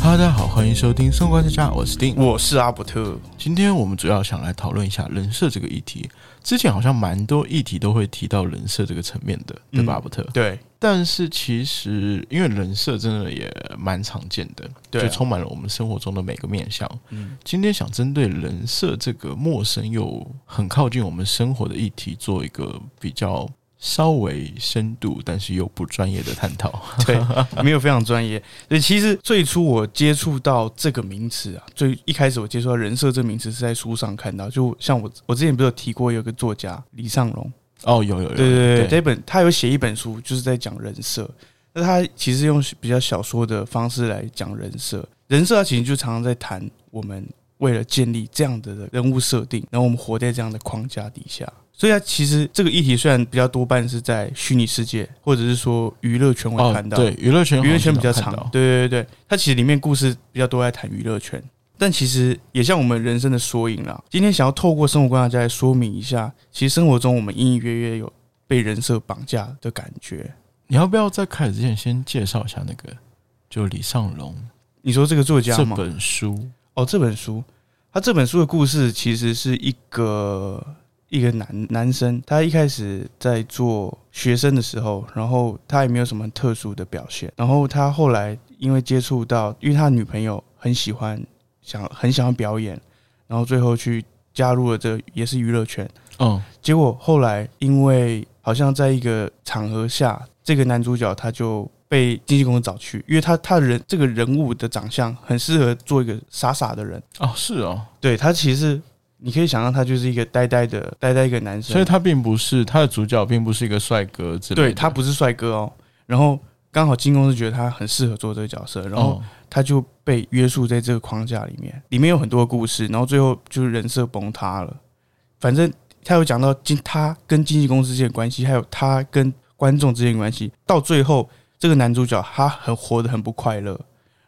Hello，大家好，欢迎收听《生活观察家》，我是丁。我是阿伯特，今天我们主要想来讨论一下人设这个议题。之前好像蛮多议题都会提到人设这个层面的，对吧，嗯阿伯特？对但是其实因为人设真的也蛮常见的，对啊就充满了我们生活中的每个面向。嗯今天想针对人设这个陌生又很靠近我们生活的议题，做一个比较稍微深度但是又不专业的探讨。对，没有非常专业。 所以其实最初我接触到这个名词啊，最一开始我接触到人设这名词是在书上看到，就像我我之前不是有提过有个作家李尚龙，哦，有有有，对对对，对这本他有写一本书，就是在讲人设。那他其实用比较小说的方式来讲人设，人设他其实就常常在谈我们为了建立这样的人物设定，然后我们活在这样的框架底下。所以，他其实这个议题虽然比较多半是在虚拟世界，或者是说娱乐圈会哦看到，对，娱乐圈娱乐圈比较好像长看哦到，对对对对，它其实里面故事比较多在谈娱乐圈，但其实也像我们人生的缩影啦。今天想要透过生活观察家来说明一下，其实生活中我们隐隐约约有被人设绑架的感觉。你要不要在开始之前先介绍一下那个就李尚龙你说这个作家这吗？本书？哦，这本书，他这本书的故事其实是一个一个男男生，他一开始在做学生的时候，然后他也没有什么特殊的表现，然后他后来因为接触到，因为他的女朋友很喜欢，想很想要表演，然后最后去加入了这个也是娱乐圈，嗯，结果后来因为好像在一个场合下，这个男主角他就被经纪公司找去，因为他他的人这个人物的长相很适合做一个傻傻的人，哦，是哦，对他其实你可以想象他就是一个呆呆的呆呆一个男生，所以他并不是他的主角，并不是一个帅哥之类的。对他不是帅哥哦，然后刚好经纪公司觉得他很适合做这个角色，然后哦，他就被约束在这个框架里面，里面有很多故事，然后最后就是人设崩塌了。反正他有讲到经他跟经纪公司之间的关系，还有他跟观众之间的关系，到最后这个男主角他很活得很不快乐，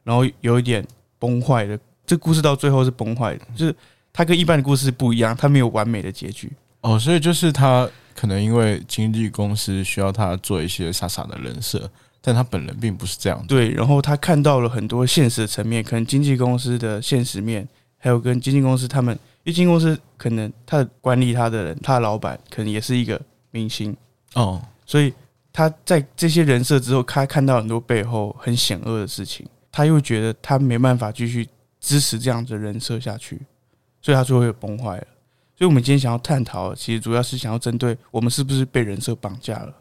然后有一点崩坏的。这故事到最后是崩坏的，就是他跟一般的故事不一样，他没有完美的结局。哦，所以就是他可能因为经纪公司需要他做一些傻傻的人设，但他本人并不是这样的。对，然后他看到了很多现实的层面，可能经纪公司的现实面，还有跟经纪公司他们，因为经纪公司可能他的管理他的人，他的老板可能也是一个明星，哦，所以他在这些人设之后，他看到很多背后很险恶的事情，他又觉得他没办法继续支持这样子的人设下去，所以他最后也崩坏了。所以，我们今天想要探讨的，其实主要是想要针对我们是不是被人设绑架了。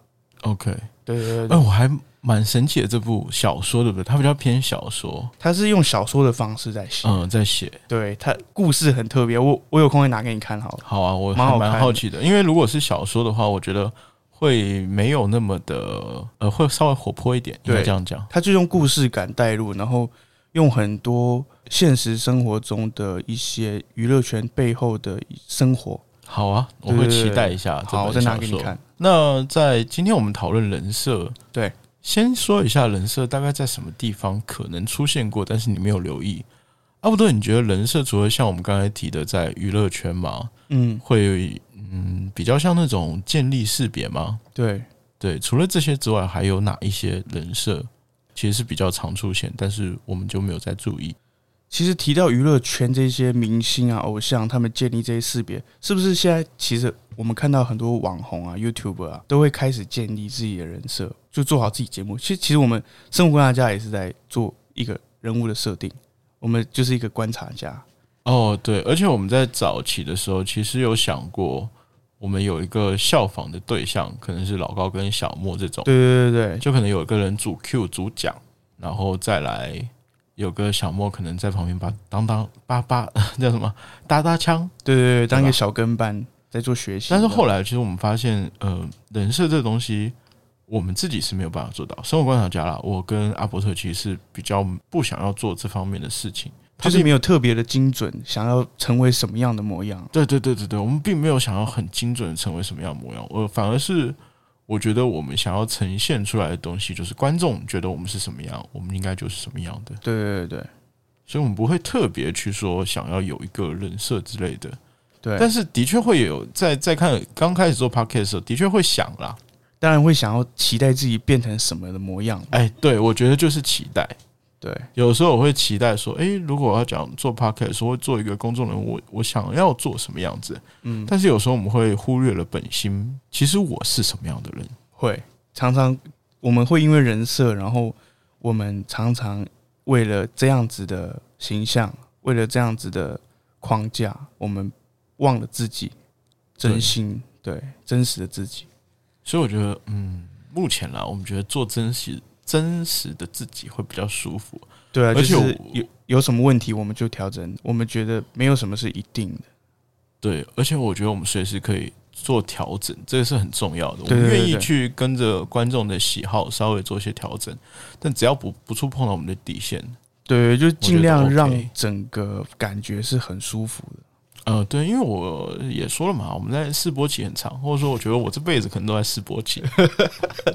呃，OK，对对对哎、我还蛮神奇的这部小说，对不对？它比较偏小说，他是用小说的方式在写。嗯，在写。对它故事很特别，我我有空会拿给你看好了。好啊，我蛮还好看的蛮好奇的，因为如果是小说的话，我觉得会没有那么的，呃，会稍微活泼一点，应对该这样讲。他就用故事感带入，然后用很多现实生活中的一些娱乐圈背后的生活。好啊，我对会对对期待一下啊这好，我本再拿小给你说。看。那在今天我们讨论人设，对，先说一下人设大概在什么地方可能出现过，但是你没有留意。阿布多，你觉得人设除了像我们刚才提的在娱乐圈嘛，嗯，会嗯比较像那种建立识别吗？对，对，除了这些之外，还有哪一些人设其实是比较常出现，但是我们就没有在注意？其实提到娱乐圈这些明星啊、偶像，他们建立这些识别，是不是现在其实我们看到很多网红啊、YouTuber 啊，都会开始建立自己的人设，就做好自己节目。其实，其实我们生活观察家也是在做一个人物的设定，我们就是一个观察家。哦，对，而且我们在早期的时候，其实有想过，我们有一个效仿的对象，可能是老高跟小莫这种，对对对对，就可能有一个人主 Q 主讲，然后再来有个小莫可能在旁边把当当叭叭 叫什么搭搭腔，对对对，当一对吧个小跟班在做学习。但是后来，来，其实我们发现，呃，人设这东西，我们自己是没有办法做到。生活观察家啦，我跟阿伯特其实是比较不想要做这方面的事情。他就是并没有特别的精准，想要成为什么样的模样。对对对对对，我们并没有想要很精准的成为什么样的模样，我反而是我觉得我们想要呈现出来的东西，就是观众觉得我们是什么样，我们应该就是什么样的。对对对所以我们不会特别去说想要有一个人设之类的，对但对，是的确会有在在看刚开始做 podcast 的时候，的确会想啦，当然会想要期待自己变成什么的模样。哎，对我觉得就是期待，对，有时候我会期待说，诶，如果我要讲做 podcast 的时候，会做一个公众人物，我我想要做什么样子？嗯，但是有时候我们会忽略了本心，其实我是什么样的人？会常常我们会因为人设，然后我们常常为了这样子的形象，为了这样子的框架，我们忘了自己真对心，对真实的自己。所以我觉得，嗯，目前啦，我们觉得做真实、真实的自己会比较舒服。对啊，而就且是我有有什么问题我们就调整，我们觉得没有什么是一定的。对，而且我觉得我们随时可以做调整，这个是很重要的。我对们对对愿意对去跟着观众的喜好稍微做一些调整，但只要不不触碰到我们的底线，对，就尽量让 OK 整个感觉是很舒服 的。呃，对，因为我也说了嘛，我们在试播期很长，或者说我觉得我这辈子可能都在试播期，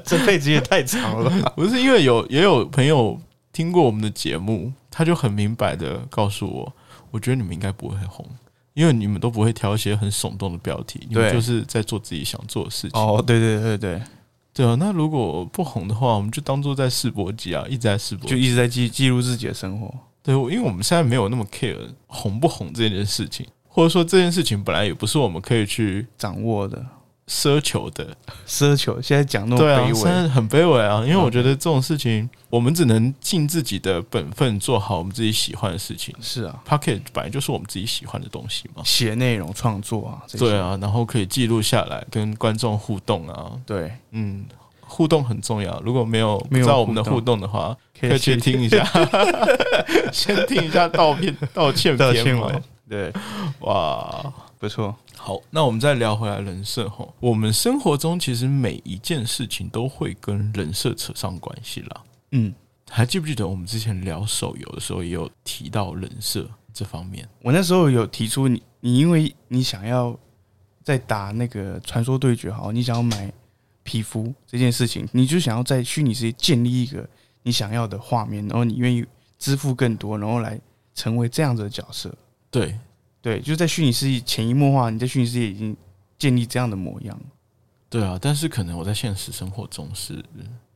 这辈子也太长了吧？不是因为有也有朋友听过我们的节目，他就很明白的告诉我，我觉得你们应该不会红，因为你们都不会挑一些很耸动的标题，你们对就是在做自己想做的事情。 哦，对对对对，对啊，那如果不红的话，我们就当做在试播集啊，一直在试播集。就一直在记记录自己的生活。对，我因为我们现在没有那么 care 红不红这件事情，或者说这件事情本来也不是我们可以去掌握的奢求的。奢求，现在讲那种对啊，卑现微，在很卑微啊，因为我觉得这种事情，我们只能尽自己的本分，做好我们自己喜欢的事情。是啊， Pocket 本来就是我们自己喜欢的东西嘛。写内容创作啊，这些对啊，然后可以记录下来，跟观众互动啊，对，嗯，互动很重要。如果没有不没有知道我们的互动互动的话，可可以去听一 下，先听一下道歉道歉道篇歉嘛文，对，哇，不错，好，那我们再聊回来人设吼，我们生活中其实每一件事情都会跟人设扯上关系啦。嗯，还记不记得我们之前聊手游的时候也有提到人设这方面？我那时候有提出你，你因为你想要在打那个传说对决，好，你想要买皮肤这件事情，你就想要在虚拟世界建立一个你想要的画面，然后你愿意支付更多，然后来成为这样子的角色。对，对，就是在虚拟世界潜移默化，你在虚拟世界已经建立这样的模样，对啊，但是可能我在现实生活中是，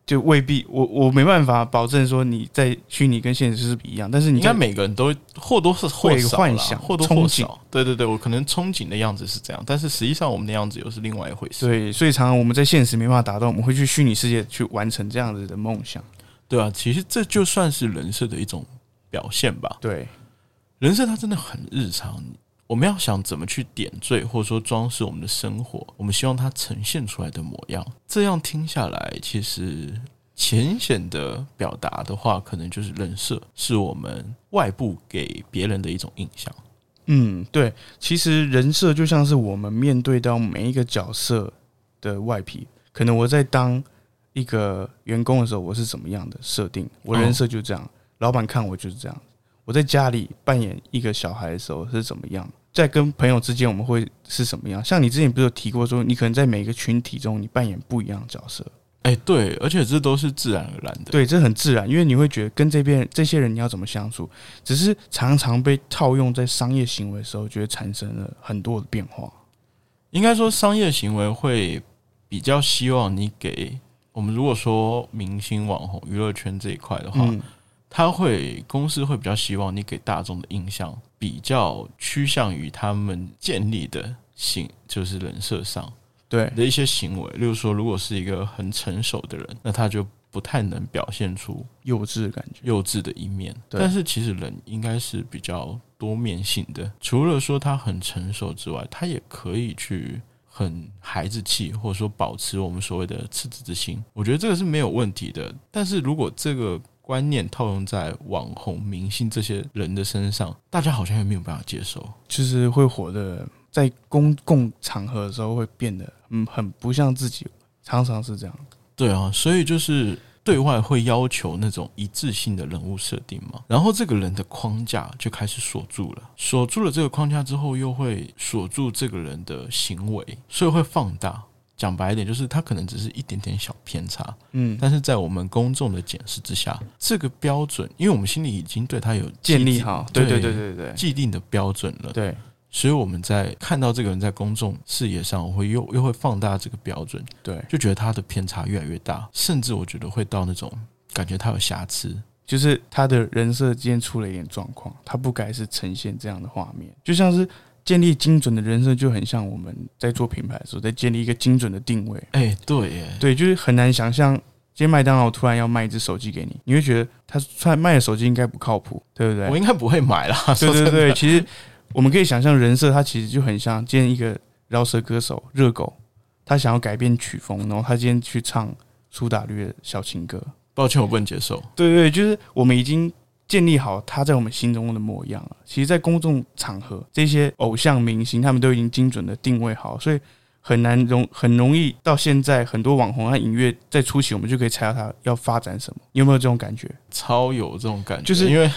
就未必我我没办法保证说你在虚拟跟现实是不一样，但是你应该在每个人都或多或少啦会幻想或多或憧少。对对对，我可能憧憬的样子是这样，但是实际上我们的样子又是另外一回事。对，所以常常我们在现实没办法达到，我们会去虚拟世界去完成这样子的梦想。对啊，其实这就算是人设的一种表现吧。对，人设它真的很日常，我们要想怎么去点缀或者说装饰我们的生活，我们希望它呈现出来的模样。这样听下来，其实浅显的表达的话，可能就是人设是我们外部给别人的一种印象。嗯，对，其实人设就像是我们面对到每一个角色的外皮，可能我在当一个员工的时候，我是怎么样的设定，我人设就这样，老板看我就是这样。我在家里扮演一个小孩的时候是怎么样，在跟朋友之间我们会是什么样？像你之前不是有提过说，你可能在每个群体中你扮演不一样的角色，哎，对，而且这都是自然而然的。对，这很自然，因为你会觉得跟这边这些人你要怎么相处，只是常常被套用在商业行为的时候，就会产生了很多的变化。应该说商业行为会比较希望你给我们，如果说明星、网红、娱乐圈这一块的话，嗯，他会公司会比较希望你给大众的印象比较趋向于他们建立的行，就是人设上对的一些行为。例如说，如果是一个很成熟的人，那他就不太能表现出幼稚的感觉。幼稚的一面。对但是其实人应该是比较多面性的，除了说他很成熟之外，他也可以去。很孩子气，或者说保持我们所谓的赤子之心，我觉得这个是没有问题的。但是如果这个观念套用在网红、明星这些人的身上，大家好像也没有办法接受。就是会活的在公共场合的时候会变得嗯很不像自己，常常是这样。对啊，所以就是对外会要求那种一致性的人物设定嘛，然后这个人的框架就开始锁住了，锁住了这个框架之后，又会锁住这个人的行为，所以会放大。讲白一点，就是他可能只是一点点小偏差，嗯，但是在我们公众的检视之下，这个标准，因为我们心里已经对他有建立既好，对对对对对对既定的标准了，对，所以我们在看到这个人在公众视野上，我会又又会放大这个标准，对就觉得他的偏差越来越大，甚至我觉得会到那种感觉他有瑕疵，就是他的人设今天出了一点状况，他不该是呈现这样的画面，就像是建立精准的人设，就很像我们在做品牌的时候，在建立一个精准的定位。哎、对耶，对，就是很难想象，今天麦当劳突然要卖一只手机给你，你会觉得他突然卖的手机应该不靠谱，对不对？我应该不会买 啦。对说真对的对，，其实我们可以想象，人设它其实就很像今天一个饶舌歌手热狗，他想要改变曲风，然后他今天去唱苏打绿的小情歌。抱歉，我不能接受。对对，就是我们已经建立好他在我们心中的模样了。其实，在公众场合，这些偶像明星他们都已经精准的定位好，所以很难容很容易到现在很多网红和音乐在初期，我们就可以猜到他要发展什么。你有没有这种感觉？超有这种感觉，就是因为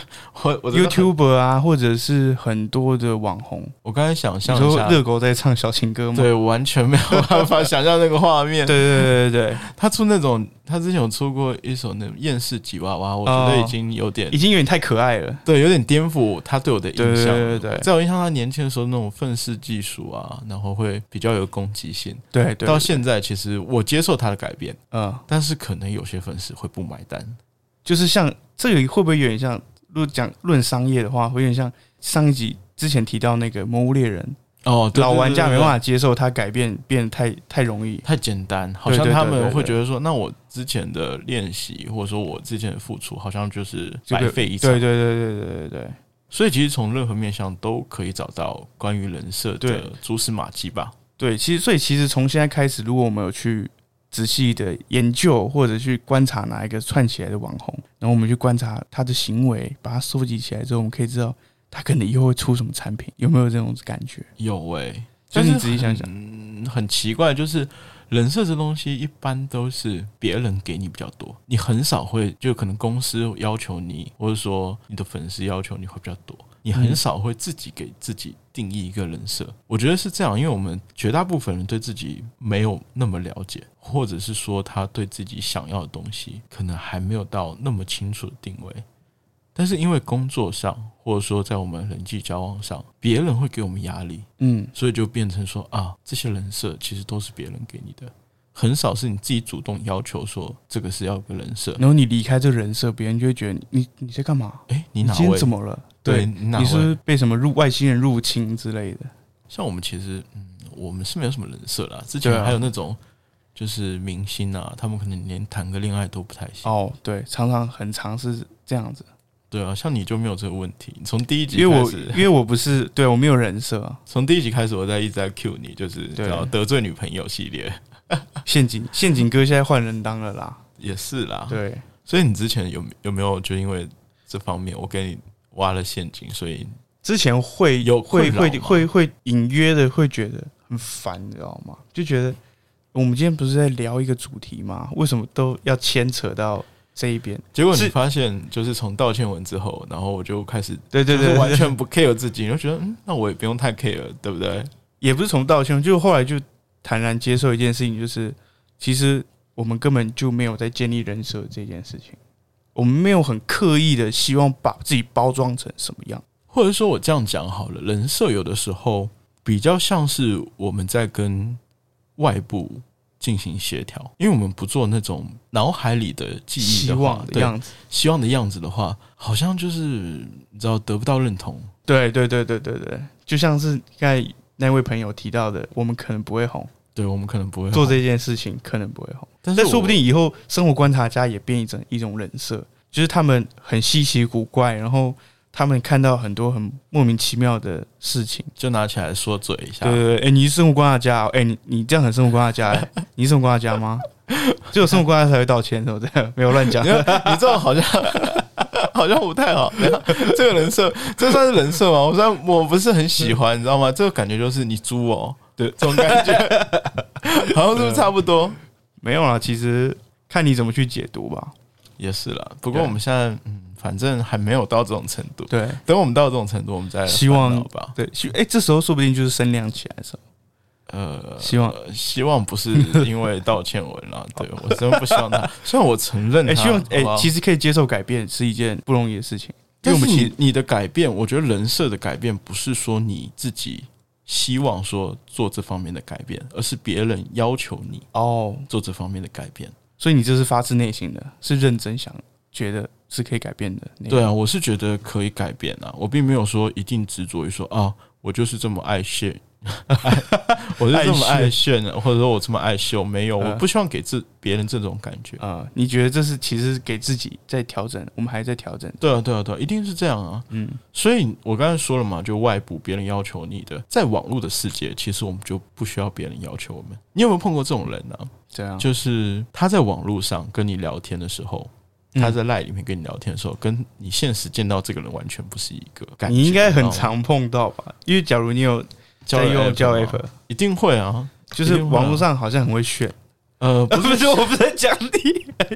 我我真的很 YouTuber 啊，或者是很多的网红，我刚才想你象一说下，热狗在唱小情歌吗？对，完全没有办法想象那个画面。对对对对他出那种，他之前有出过一首那种厌世吉娃娃，我哦觉得已经有点、对，已经有点太可爱了。对，有点颠覆他对我的印对对象。对对对在我印象，他年轻的时候那种愤世嫉俗啊，然后会比较有攻击性。对对对，到现在，其实我接受他的改变，嗯，但是可能有些粉丝会不买单。就是像这个会不会有点像，如果讲论商业的话，会有点像上一集之前提到那个《魔物猎人》哦，老玩家没办法。法接受他改变变得太太容易。太简单，好对像对他对们对会对觉得说，那我之前的练习，或者说我之前的付出，好像就是就白是费一场对对。对对对对对所以其实从任何面向都可以找到关于人设的对蛛丝马迹吧。对，其实所以其实从现在开始，如果我们有去仔细的研究或者去观察哪一个串起来的网红，然后我们去观察他的行为，把它收集起来之后，我们可以知道他可能以后会出什么产品，有没有这种感觉？有诶、就但是是你仔细想想，很很奇怪，就是人设这东西一般都是别人给你比较多，你很少会就可能公司要求你，或者说你的粉丝要求你会比较多，你很嗯少会自己给自己定义一个人设。我觉得是这样，因为我们绝大部分人对自己没有那么了解，或者是说他对自己想要的东西可能还没有到那么清楚的定位。但是因为工作上，或者说在我们人际交往上，别人会给我们压力，嗯，所以就变成说啊，这些人设其实都是别人给你的，很少是你自己主动要求说这个是要有个人设。然后你离开这人设，别人就会觉得你你你在干嘛？哎、你你哪今天位怎？么了？对，对，你哪你是不位？是被什么入外星人入侵之类的？像我们其实，嗯，我们是没有什么人设啦。之对前啊还有那种就是明星啊，他们可能连谈个恋爱都不太行。哦，对，常常很常是这样子，对啊，像你就没有这个问题。你从第一集因为开我始因，为我不是对我没有人设啊，从第一集开始，我在一直在 cue 你，就是对叫得罪女朋友系列陷 阱陷阱哥现在换人当了啦，也是啦。对，所以你之前有有没有就因为这方面，我给你挖了陷阱，所以之前会有会困扰会吗会会隐约的会觉得很烦，你知道吗？就觉得我们今天不是在聊一个主题吗？为什么都要牵扯到这一边？结果你是发现，就是从道歉文之后，然后我就开始对对就对，是对完全不 care 自己， 就觉得嗯，那我也不用太 care，对不对？也不是从道歉，就后来就坦然接受一件事情，就是其实我们根本就没有在建立人设这件事情，我们没有很刻意的希望把自己包装成什么样。或者说我这样讲好了，人设有的时候比较像是我们在跟外部进行协调，因为我们不做那种脑海里的记忆希的话望的对样子。希望的样子的话，好像就是你知道得不到认同，对对对对对对，就像是刚才那位朋友提到的，我们可能不会红，对我们可能不会做好，这件事情可能不会红，但是但说我不定以后生活观察家也变一种一种人设，就是他们很稀奇古怪，然后他们看到很多很莫名其妙的事情。就拿起来说嘴一下，对对对，哎、你是生活观察家哦，哎、你你这样很生活观察家、哎你是生活观察家吗？ 只有生活观察家才会道歉，是不是？ 没有乱 讲你。你这种好像 好像不太好。这个人设，这算是人设吗？我虽然我不是很喜欢，你知道吗？这个感觉就是你猪哦，对，这种感觉，好像是不是差不多？ 没有啦，其实看你怎么去解读吧。也是啦。不过我们现在，嗯，反正还没有到这种程度。对等我们到这种程度，我们再希望烦恼吧。对，希哎、这时候说不定就是声量起来的时候，呃，希望呃希望不是因为道歉文啦。对我真的不希望 他，虽然我承认哎、他，希望哎、好不好其实可以接受改变是一件不容易的事情，因为但我是们其实你你的改变，我觉得人设的改变不是说你自己希望说做这方面的改变，而是别人要求你哦，做这方面的改变。所以你这是发自内心的，是认真想觉得是可以改变的那种。对啊，我是觉得可以改变啊，我并没有说一定执着于说啊，我就是这么爱炫， 我是这么爱炫的，或者说我这么爱秀，没有，嗯我不希望给自别人这种感觉。啊、你觉得这是其实给自己在调整，我们还在调整。对啊，对啊，对啊，一定是这样啊。嗯，所以我刚才说了嘛，就外部别人要求你的，在网络的世界，其实我们就不需要别人要求我们。你有没有碰过这种人呢、这样就是他在网络上跟你聊天的时候，他在赖里面跟你聊天的时候，跟你现实见到这个人完全不是一个感觉。哦你应该很你知道吗常碰到吧？因为假如你有交在友用交友 app 吗 app，一定会啊。就是网络上好像很会 炫。 呃，不不是，我不是在讲你，哎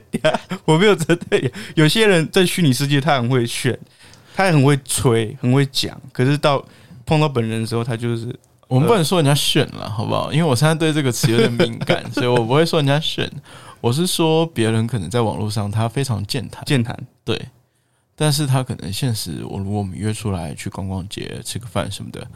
我没有针对你。有些人在虚拟世界他很会炫，他很会吹，很会讲，可是到碰到本人的时候，他就是我们不能说人家炫了，好不好？因为我现在对这个词有点敏感，所以我不会说人家炫。我是说别人可能在网络上他非常健谈，健谈。对，但是他可能现实，我如果我们约出来去逛逛街、吃个饭什么的，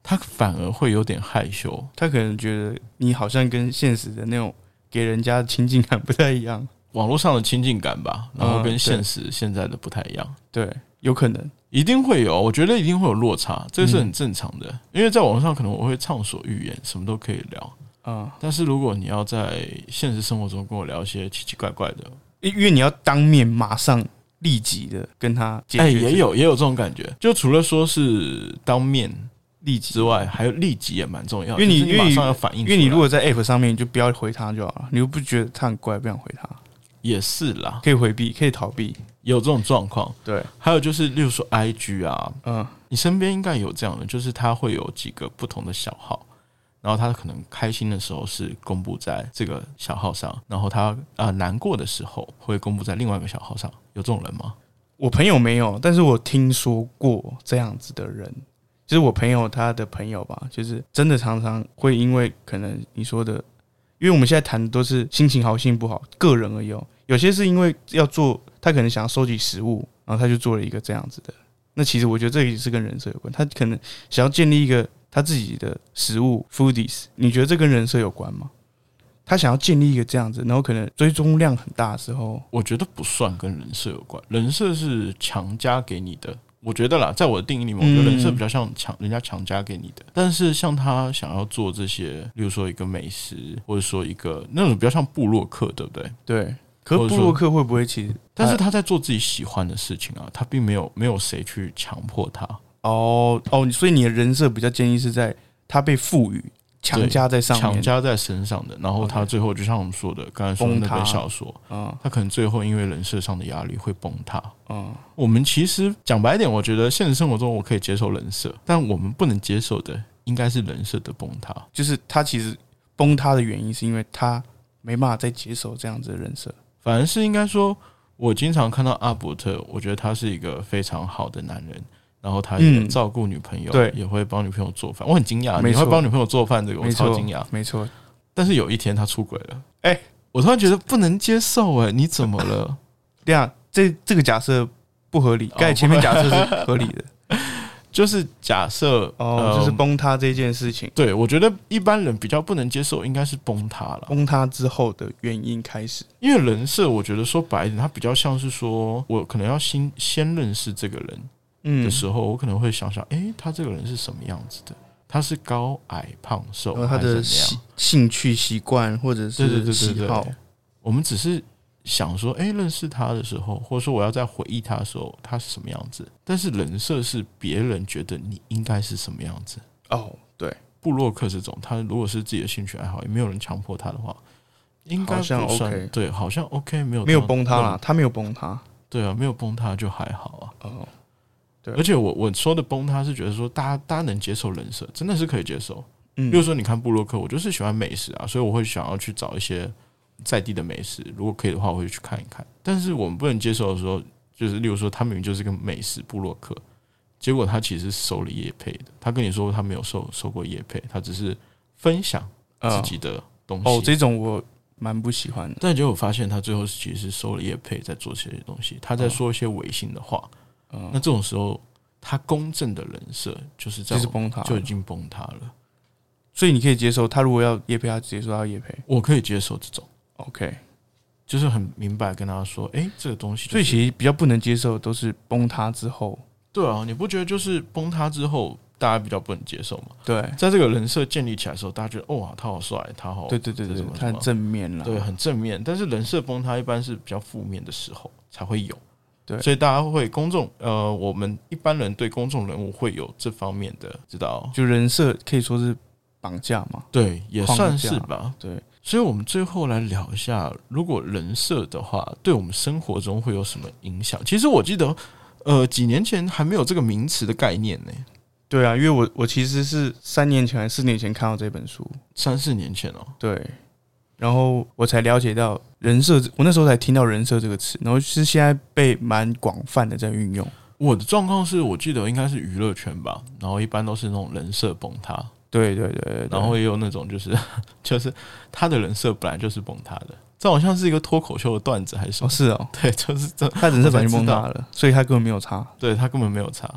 他反而会有点害羞。他可能觉得你好像跟现实的那种给人家的亲近感不太一样。网络上的亲近感吧，然后嗯跟对现实现在的不太一样，对，有可能。一定会有，我觉得一定会有落差，这是很嗯正常的。因为在网络上可能我会畅所欲言，什么都可以聊，啊、但是如果你要在现实生活中跟我聊一些奇奇怪怪的，因因为你要当面马上立即的跟他解决，哎、也有也有这种感觉。就除了说是当面立即之，外，还有立即也蛮重要，因为你就是因为马你上要反应因出来，为你如果在 app 上面，你就不要回他就好了。你又不觉得他很怪，不想回他，也是啦，可以回避，可以逃避。有这种状况。对，还有就是，例如说 IG 啊，嗯，你身边应该有这样的，就是他会有几个不同的小号，然后他可能开心的时候是公布在这个小号上，然后他啊、呃难过的时候会公布在另外一个小号上，有这种人吗？我朋友没有，但是我听说过这样子的人，就是我朋友他的朋友吧，就是真的常常会因为可能你说的，因为我们现在谈的都是心情好、心情不好，个人而已、哦。有些是因为要做，他可能想要收集食物，然后他就做了一个这样子的。那其实我觉得这也是跟人设有关，他可能想要建立一个他自己的食物 foodies，你觉得这跟人设有关吗？他想要建立一个这样子，然后可能追踪量很大的时候，我觉得不算跟人设有关，人设是强加给你的。我觉得啦，在我的定义里面，我觉得人设比较像强人家强加给你的。但是像他想要做这些，例如说一个美食，或者说一个那种比较像部落客，对不对？对。可或是者布说洛克会不会其实但是他在做自己喜欢的事情啊，他并没有没有谁去强迫他。哦哦，所以你的人设比较建议是在他被赋予强加在上强面，加在身上的，然后 OK 他最后就像我们说的，刚才说的崩那塌本小说，嗯他可能最后因为人设上的压力会崩塌。嗯，我们其实讲白一点，我觉得现实生活中我可以接受人设，但我们不能接受的应该是人设的崩塌。就是他其实崩塌的原因是因为他没办法再接受这样子的人设，反而是应该说，我经常看到阿伯特，我觉得他是一个非常好的男人，然后他也嗯照顾女朋友，对也会帮女朋友做饭。我很惊讶，没你错会帮女朋友做饭这个，我没错超惊讶。没错，但是有一天他出轨了，哎我突然觉得不能接受、哎，你怎么 了？这样这这个假设不合理，哦刚才前面假设是合理的，就是假设哦，呃就是崩塌这件事情，对，我觉得一般人比较不能接受应该是崩塌了，崩塌之后的原因开始，因为人设，我觉得说白一点，他比较像是说我可能要先先认识这个人，嗯的，时候，我可能会想想，诶，他这个人是什么样子的？他是高矮胖瘦然后他还是的怎么兴样？兴趣习惯或者对对对对是喜对好，我们只是想说，诶，认识他的时候，或者说我要在回忆他的时候，他是什么样子？但是人设是别人觉得你应该是什么样子。哦，对，布洛克这种，他如果是自己的兴趣爱好，也没有人强迫他的话，应该好不像算 OK 对，好像 OK，没有没有到崩塌那啦，他没有崩塌，对啊，没有崩塌就还好啊。哦，对而且我我说的崩塌是觉得说，大家大家能接受人设，真的是可以接受。嗯比如说，你看布洛克，我就是喜欢美食啊，所以我会想要去找一些在地的美食，如果可以的话，我会去看一看。但是我们不能接受的时候，就是例如说，他明明就是个美食布洛克，结果他其实是收了叶配的。他跟你说他没有收收过叶配，他只是分享自嗯己的东西。哦，这种我蛮不喜欢的。但结果发现他最后其实是收了叶配在做这些东西，他嗯在说一些违心的话。那这种时候，他公正的人设就是在就是我崩塌了，就已经崩塌了。所以你可以接受他如果要夜配，他直接说他夜配我可以接受这种， ，OK，就是很明白跟他说，哎、这个东西、就所以是其实比较不能接受的都是崩塌之后，对啊，你不觉得就是崩塌之后，大家比较不能接受吗？对在这个人设建立起来的时候，大家觉得哦哇，他好帅，他好，对对对这对怎么，他很正面了，对，很正面。但是人设崩塌一般是比较负面的时候才会有，对所以大家会公众呃，我们一般人对公众人物会有这方面的知道，就人设可以说是绑架嘛，对，也框算架是吧。对，所以，我们最后来聊一下，如果人设的话，对我们生活中会有什么影响？其实我记得，呃，几年前还没有这个名词的概念呢、对啊，因为我我其实是三年前还是四年前看到这本书，三四年前哦、对，然后我才了解到人设，我那时候才听到人设这个词，然后是现在被蛮广泛的在运用。我的状况是我记得应该是娱乐圈吧，然后一般都是那种人设崩塌，对对对对，对然后也有那种就是 就是他的人设本来就是崩塌的，这好像是一个脱口秀的段子还是什哦么？是哦，对，就是这，他人设本来就崩我塌了，所以他根本没有差。对他根本没有差，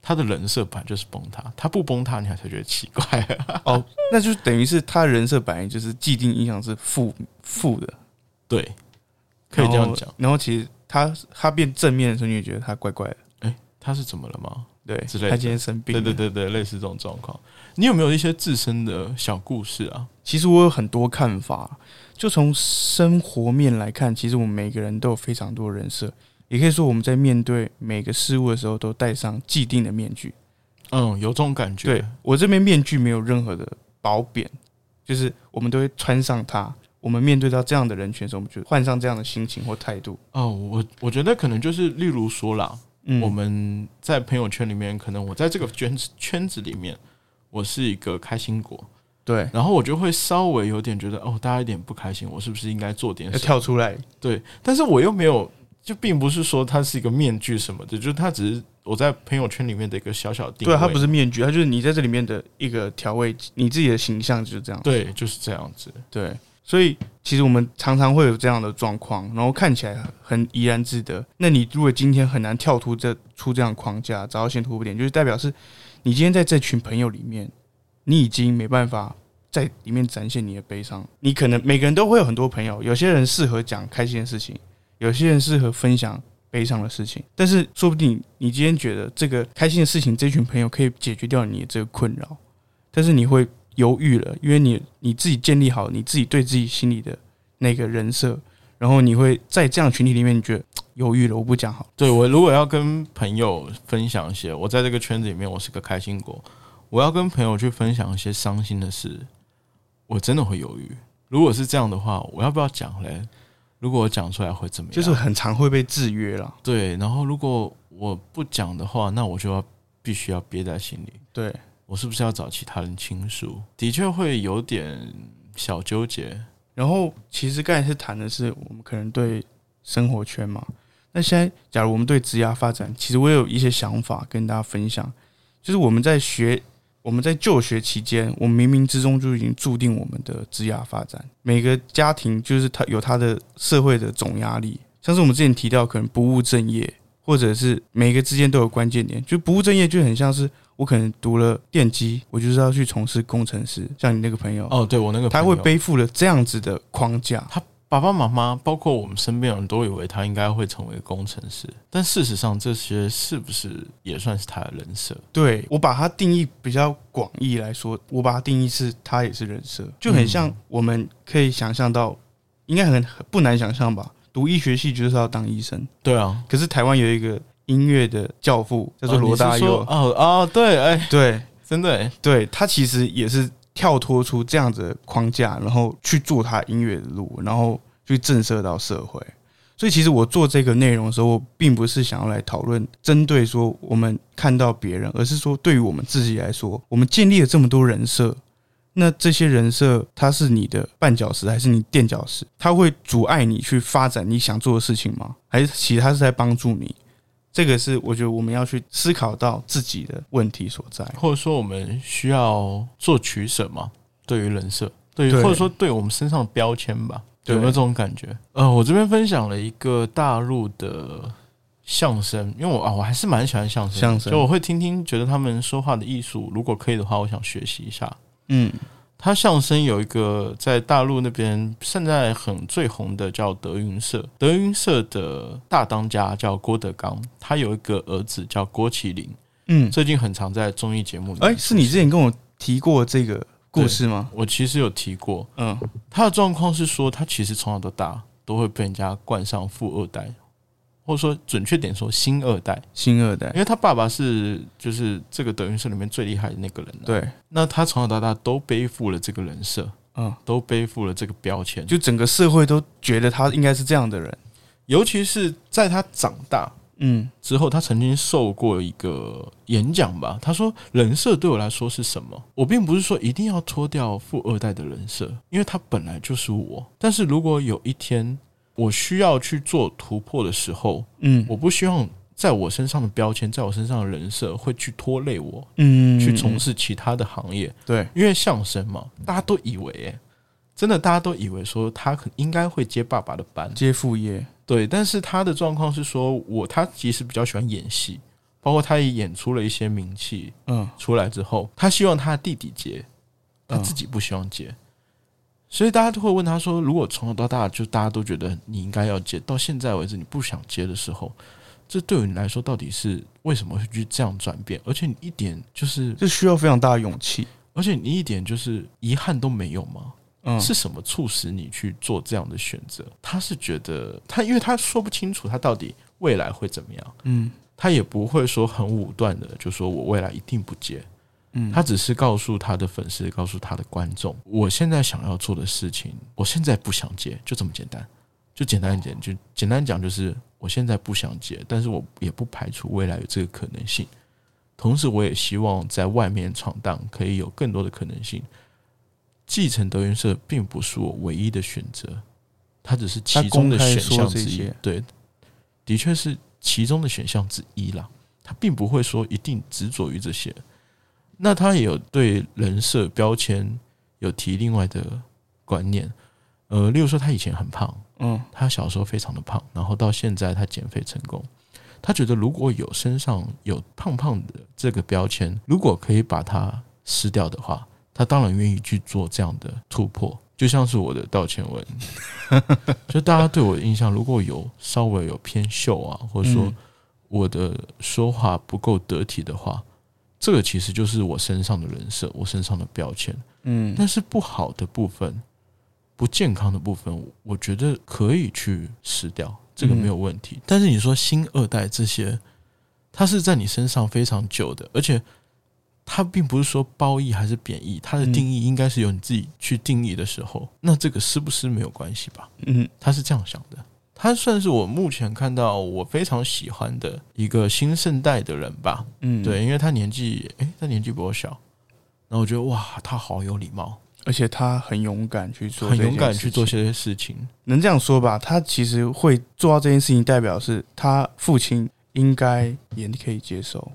他的人设本来就是崩塌，他不崩塌你还是觉得奇怪、啊哦，那就等于是他人设本来就是既定印象是负负的， 对，可以这然样后讲。。然后其实他他变正面的时候，你也觉得他怪怪的，他是怎么了吗？对，之类的他今天生病。对对，对对，类似这种状况，你有没有一些自身的小故事啊？其实我有很多看法，就从生活面来看，其实我们每个人都有非常多人设，也可以说我们在面对每个事物的时候都戴上既定的面具。嗯，有这种感觉。对我这边面具没有任何的褒贬，就是我们都会穿上它。我们面对到这样的人群的时候，我们就换上这样的心情或态度。哦，我我觉得可能就是，例如说啦，嗯我们在朋友圈里面，可能我在这个圈子圈子里面，我是一个开心果，对然后我就会稍微有点觉得，哦，大家有点不开心，我是不是应该做点什要么？哎跳出来，对，但是我又没有，就并不是说它是一个面具什么的，就是它只是我在朋友圈里面的一个小小定位。对，啊它不是面具，它就是你在这里面的一个调味剂，你自己的形象就是这样。对，就是这样子。对，所以其实我们常常会有这样的状况，然后看起来很怡然自得。那你如果今天很难跳出这出这样的框架，找到先突破点，就是代表是你今天在这群朋友里面，你已经没办法。在里面展现你的悲伤，你可能每个人都会有很多朋友，有些人适合讲开心的事情，有些人适合分享悲伤的事情，但是说不定你今天觉得这个开心的事情，这群朋友可以解决掉你的这个困扰，但是你会犹豫了，因为你你自己建立好你自己对自己心里的那个人设，然后你会在这样的群体里面，你觉得嘖犹豫了，我不讲好，对我如果要跟朋友分享一些，我在这个圈子里面我是个开心果，我要跟朋友去分享一些伤心的事，我真的会犹豫。如果是这样的话，我要不要讲嘞？如果我讲出来会怎么样？就是很常会被制约了。对，然后如果我不讲的话，那我就要必须要憋在心里。对，我是不是要找其他人倾诉？的确会有点小纠结。然后其实刚才是谈的是我们可能对生活圈嘛，那现在假如我们对职涯发展，其实我有一些想法跟大家分享，就是我们在学。我们在就学期间，我们冥冥之中就已经注定我们的职涯发展。每个家庭就是他有他的社会的总压力，像是我们之前提到，可能不务正业，或者是每个之间都有关键点。就不务正业就很像是我可能读了电机，我就是要去从事工程师，像你那个朋友，哦，对我那个他朋会友背负了这样子的框架。爸爸妈妈，包括我们身边人都以为他应该会成为工程师，但事实上，这些是不是也算是他的人设？对我把它定义比较广义来说，我把它定义是它也是人设，就很嗯像我们可以想象到，应该很很不难想象吧？读医学系就是要当医生，对啊，可是台湾有一个音乐的教父叫做罗大佑，啊哦哦，对，哎、对真的、哎对，他其实也是跳脱出这样子的框架，然后去做他音乐的路，然后去震慑到社会。所以其实我做这个内容的时候，我并不是想要来讨论针对说我们看到别人，而是说对于我们自己来说，我们建立了这么多人设，那这些人设它是你的绊脚石还是你垫脚石？它会阻碍你去发展你想做的事情吗？还是其实它是在帮助你？这个是我觉得我们要去思考到自己的问题所在。或者说我们需要做取舍嘛？对于人设，对于对或者说对我们身上的标签吧，有对没有这种感觉？呃，我这边分享了一个大陆的相声，因为我啊，我还是蛮喜欢相声的，相声就我会听听，觉得他们说话的艺术，如果可以的话，我想学习一下。嗯，它相声有一个在大陆那边现在很最红的叫德云社，德云社的大当家叫郭德纲，他有一个儿子叫郭麒麟，嗯，最近很常在综艺节目里面出哎、现。是你之前跟我提过这个故事吗？我其实有提过，嗯，他的状况是说，他其实从小到大都会被人家冠上富二代，或者说准确点说星二代，星二代因，为他爸爸是就是这个德云社里面最厉害的那个人、啊，对，那他从小到大都背负了这个人设，嗯，都背负了这个标签，就就整个社会都觉得他应该是这样的人。尤其是在他长大嗯，之后，他曾经受过一个演讲吧，他说人设对我来说是什么？我并不是说一定要脱掉富二代的人设，因为他本来就是我。但是如果有一天我需要去做突破的时候，嗯我不希望在我身上的标签，在我身上的人设会去拖累我嗯去从事其他的行业，对，因为相声嘛，大家都以为、欸，真的大家都以为说他可应该会接爸爸的班，接副业，对，但是他的状况是说，我他其实比较喜欢演戏，包括他也演出了一些名气嗯出来之后，他希望他的弟弟接，他嗯自己不希望接，所以大家都会问他说，如果从小到大就大家都觉得你应该要接，到现在为止你不想接的时候，这对你来说到底是为什么会去这样转变？而且你一点就是，这需要非常大的勇气。而且你一点就是遗憾都没有吗？嗯，是什么促使你去做这样的选择？他是觉得他，因为他说不清楚他到底未来会怎么样，嗯他也不会说很武断的就说我未来一定不接，嗯，他只是告诉他的粉丝，告诉他的观众，我现在想要做的事情，我现在不想接，就这么简单，就简单一点，就简单讲就是我现在不想接，但是我也不排除未来有这个可能性，同时我也希望在外面闯荡可以有更多的可能性。继承德云社并不是我唯一的选择，它只是其中的选项之他公开说这一些。对，的确是其中的选项之一啦。他并不会说一定执着于这些。那他也有对人设标签有提另外的观念，呃，例如说他以前很胖，嗯他小时候非常的胖，然后到现在他减肥成功。他觉得如果有身上有胖胖的这个标签，如果可以把它撕掉的话，他当然愿意去做这样的突破。就像是我的道歉 文，就大家对我的印象，如果有稍微有偏秀啊，或者说嗯我的说话不够得体的话，这个其实就是我身上的人设，我身上的标签。嗯但是不好的部分、不健康的部分，我觉得可以去撕掉，这个没嗯有问题。但是你说新二代这些，它是在你身上非常久的，而且它并不是说褒义还是贬义，它的嗯定义应该是由你自己去定义的时候，那这个撕不撕没有关系吧？嗯他是这样想的。他算是我目前看到我非常喜欢的一个新生代的人吧，嗯，对，，因为他年纪，诶、他年纪比我小，然后我觉得哇，他好有礼貌，而且他很勇敢去做，很勇敢去做。这些事情。能这样说吧，他其实会做到这件事情，代表是他父亲应该也可以接受。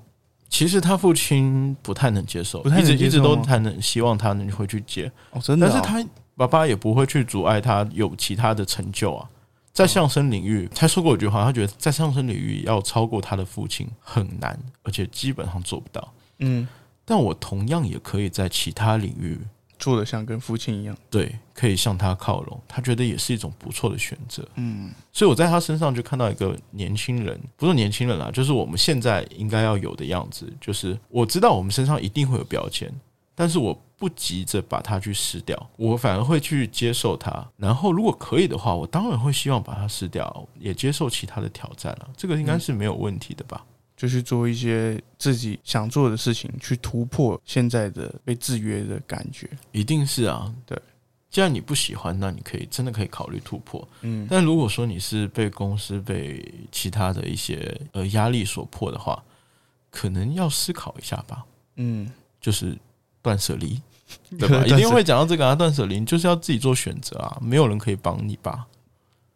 其实他父亲不太能接受，不太能一直一接直受吗都谈能希望他能回去接，哦，真的、但是他爸爸也不会去阻碍他有其他的成就啊。在相声领域，他说过一句话，他觉得在相声领域要超过他的父亲很难，而且基本上做不到。嗯，但我同样也可以在其他领域，做的像跟父亲一样。对，可以向他靠拢。他觉得也是一种不错的选择。嗯所以我在他身上就看到一个年轻人，不是年轻人啦，就是我们现在应该要有的样子。就是嗯我知道我们身上一定会有标签，但是我不急着把它去撕掉，我反而会去接受它。然后如果可以的话，我当然会希望把它撕掉，也接受其他的挑战了、这个应该是没有问题的吧？就去做一些自己想做的事情，去突破现在的被制约的感觉。一定是啊，对。既然你不喜欢，那你可以真的可以考虑突破。嗯，但如果说你是被公司、被其他的一些呃压力所迫的话，可能要思考一下吧。嗯，就是断舍离，对对吧？一定会讲到这个啊，断舍离就是要自己做选择啊，没有人可以帮你吧。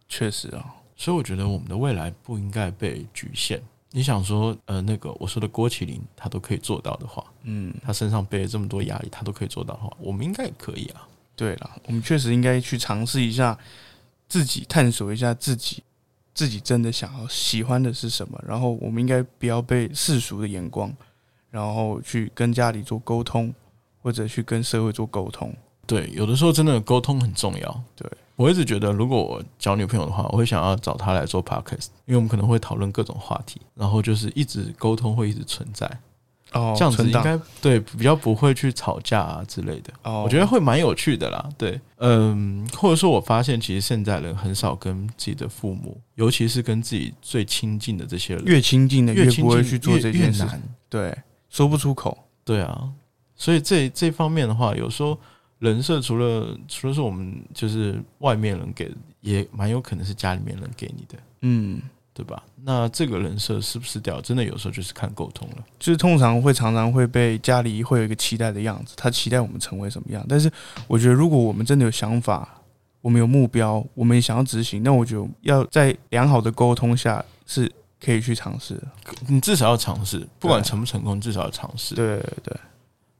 确实啊，所以我觉得我们的未来不应该被局限。你想说，呃，那个我说的郭麒麟，他都可以做到的话，嗯，他身上背了这么多压力，他都可以做到的话，我们应该也可以啊。对了，我们确实应该去尝试一下自己，探索一下自己，自己真的想要喜欢的是什么。然后我们应该不要被世俗的眼光，然后去跟家里做沟通，或者去跟社会做沟通。对，有的时候真的沟通很重要。对我一直觉得，如果我交女朋友的话，我会想要找她来做 podcast，因为我们可能会讨论各种话题，然后就是一直沟通会一直存在，哦这样子存应档该对比较不会去吵架啊之类的。哦，我觉得会蛮有趣的啦，对，嗯，或者说我发现其实现在人很少跟自己的父母，尤其是跟自己最亲近的这些人，越亲近的越越亲不会近去做越这越件事，难，对，说不出口。对啊，所以这这方面的话，有时候人设除了除了是我们就是外面人给的，也蛮有可能是家里面人给你的，嗯，对吧？那这个人设是不是掉，真的有时候就是看沟通了。就是通常会常常会被家里会有一个期待的样子，他期待我们成为什么样。但是我觉得，如果我们真的有想法，我们有目标，我们也想要执行，那我觉得要在良好的沟通下是可以去尝试的。你至少要尝试，不管对成不成功，至少要尝试。对对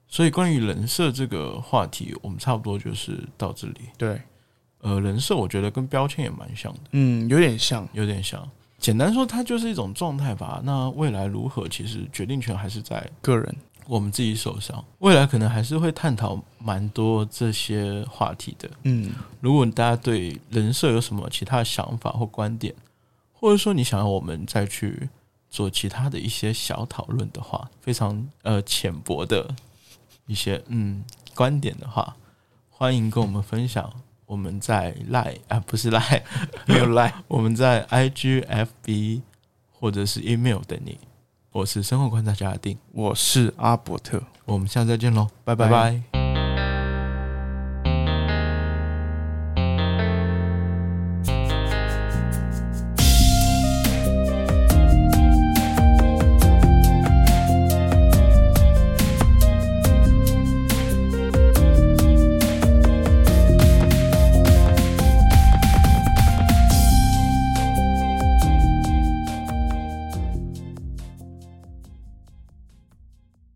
所以关于人设这个话题，我们差不多就是到这里。对，呃，人设我觉得跟标签也蛮像的，嗯，有点像，有点像。简单说，它就是一种状态吧。那未来如何，其实决定权还是在个人我们自己手上。未来可能还是会探讨蛮多这些话题的。嗯，如果大家对人设有什么其他的想法或观点，或者说你想要我们再去做其他的一些小讨论的话，非常呃浅薄的一些嗯观点的话，欢迎跟我们分享。我们在赖啊，不是赖，没有赖，我们在 IG、FB 或者是 email 等你。我是生活观察家的丁，我是阿伯特。我们下次再见喽，拜拜拜